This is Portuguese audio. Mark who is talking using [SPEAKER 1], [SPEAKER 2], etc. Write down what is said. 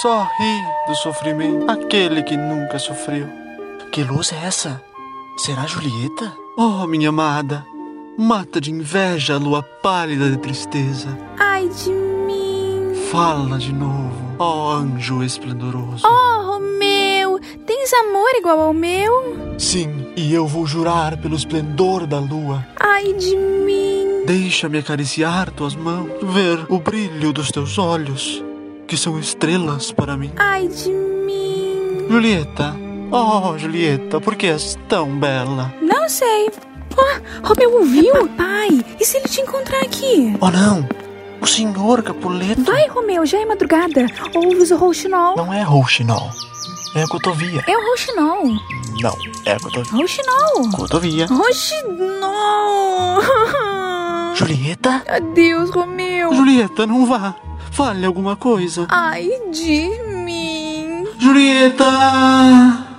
[SPEAKER 1] Só ri do sofrimento aquele que nunca sofreu.
[SPEAKER 2] Que luz é essa? Será Julieta?
[SPEAKER 1] Oh, minha amada, mata de inveja a lua pálida de tristeza.
[SPEAKER 3] Ai de mim.
[SPEAKER 1] Fala de novo, ó anjo esplendoroso.
[SPEAKER 3] Oh, Romeu, tens amor igual ao meu?
[SPEAKER 1] Sim, e eu vou jurar pelo esplendor da lua.
[SPEAKER 3] Ai de mim.
[SPEAKER 1] Deixa-me acariciar tuas mãos, ver o brilho dos teus olhos, que são estrelas para mim.
[SPEAKER 3] Ai de mim.
[SPEAKER 1] Julieta, oh, Julieta, por que és tão bela?
[SPEAKER 3] Não sei. Oh, Romeu ouviu? Pai, e se ele te encontrar aqui?
[SPEAKER 1] Oh, não! O senhor Capuleto
[SPEAKER 3] Vai, Romeu, já é madrugada. Ouves o rouxinol?
[SPEAKER 1] não é rouxinol. É cotovia.
[SPEAKER 3] É o rouxinol.
[SPEAKER 1] Não, é cotovia.
[SPEAKER 3] Rouxinol.
[SPEAKER 1] Cotovia.
[SPEAKER 3] Rouxinol.
[SPEAKER 1] Julieta?
[SPEAKER 3] Adeus, Romeu.
[SPEAKER 1] Julieta, não vá. Fale alguma coisa.
[SPEAKER 3] Ai de mim.
[SPEAKER 1] Julieta!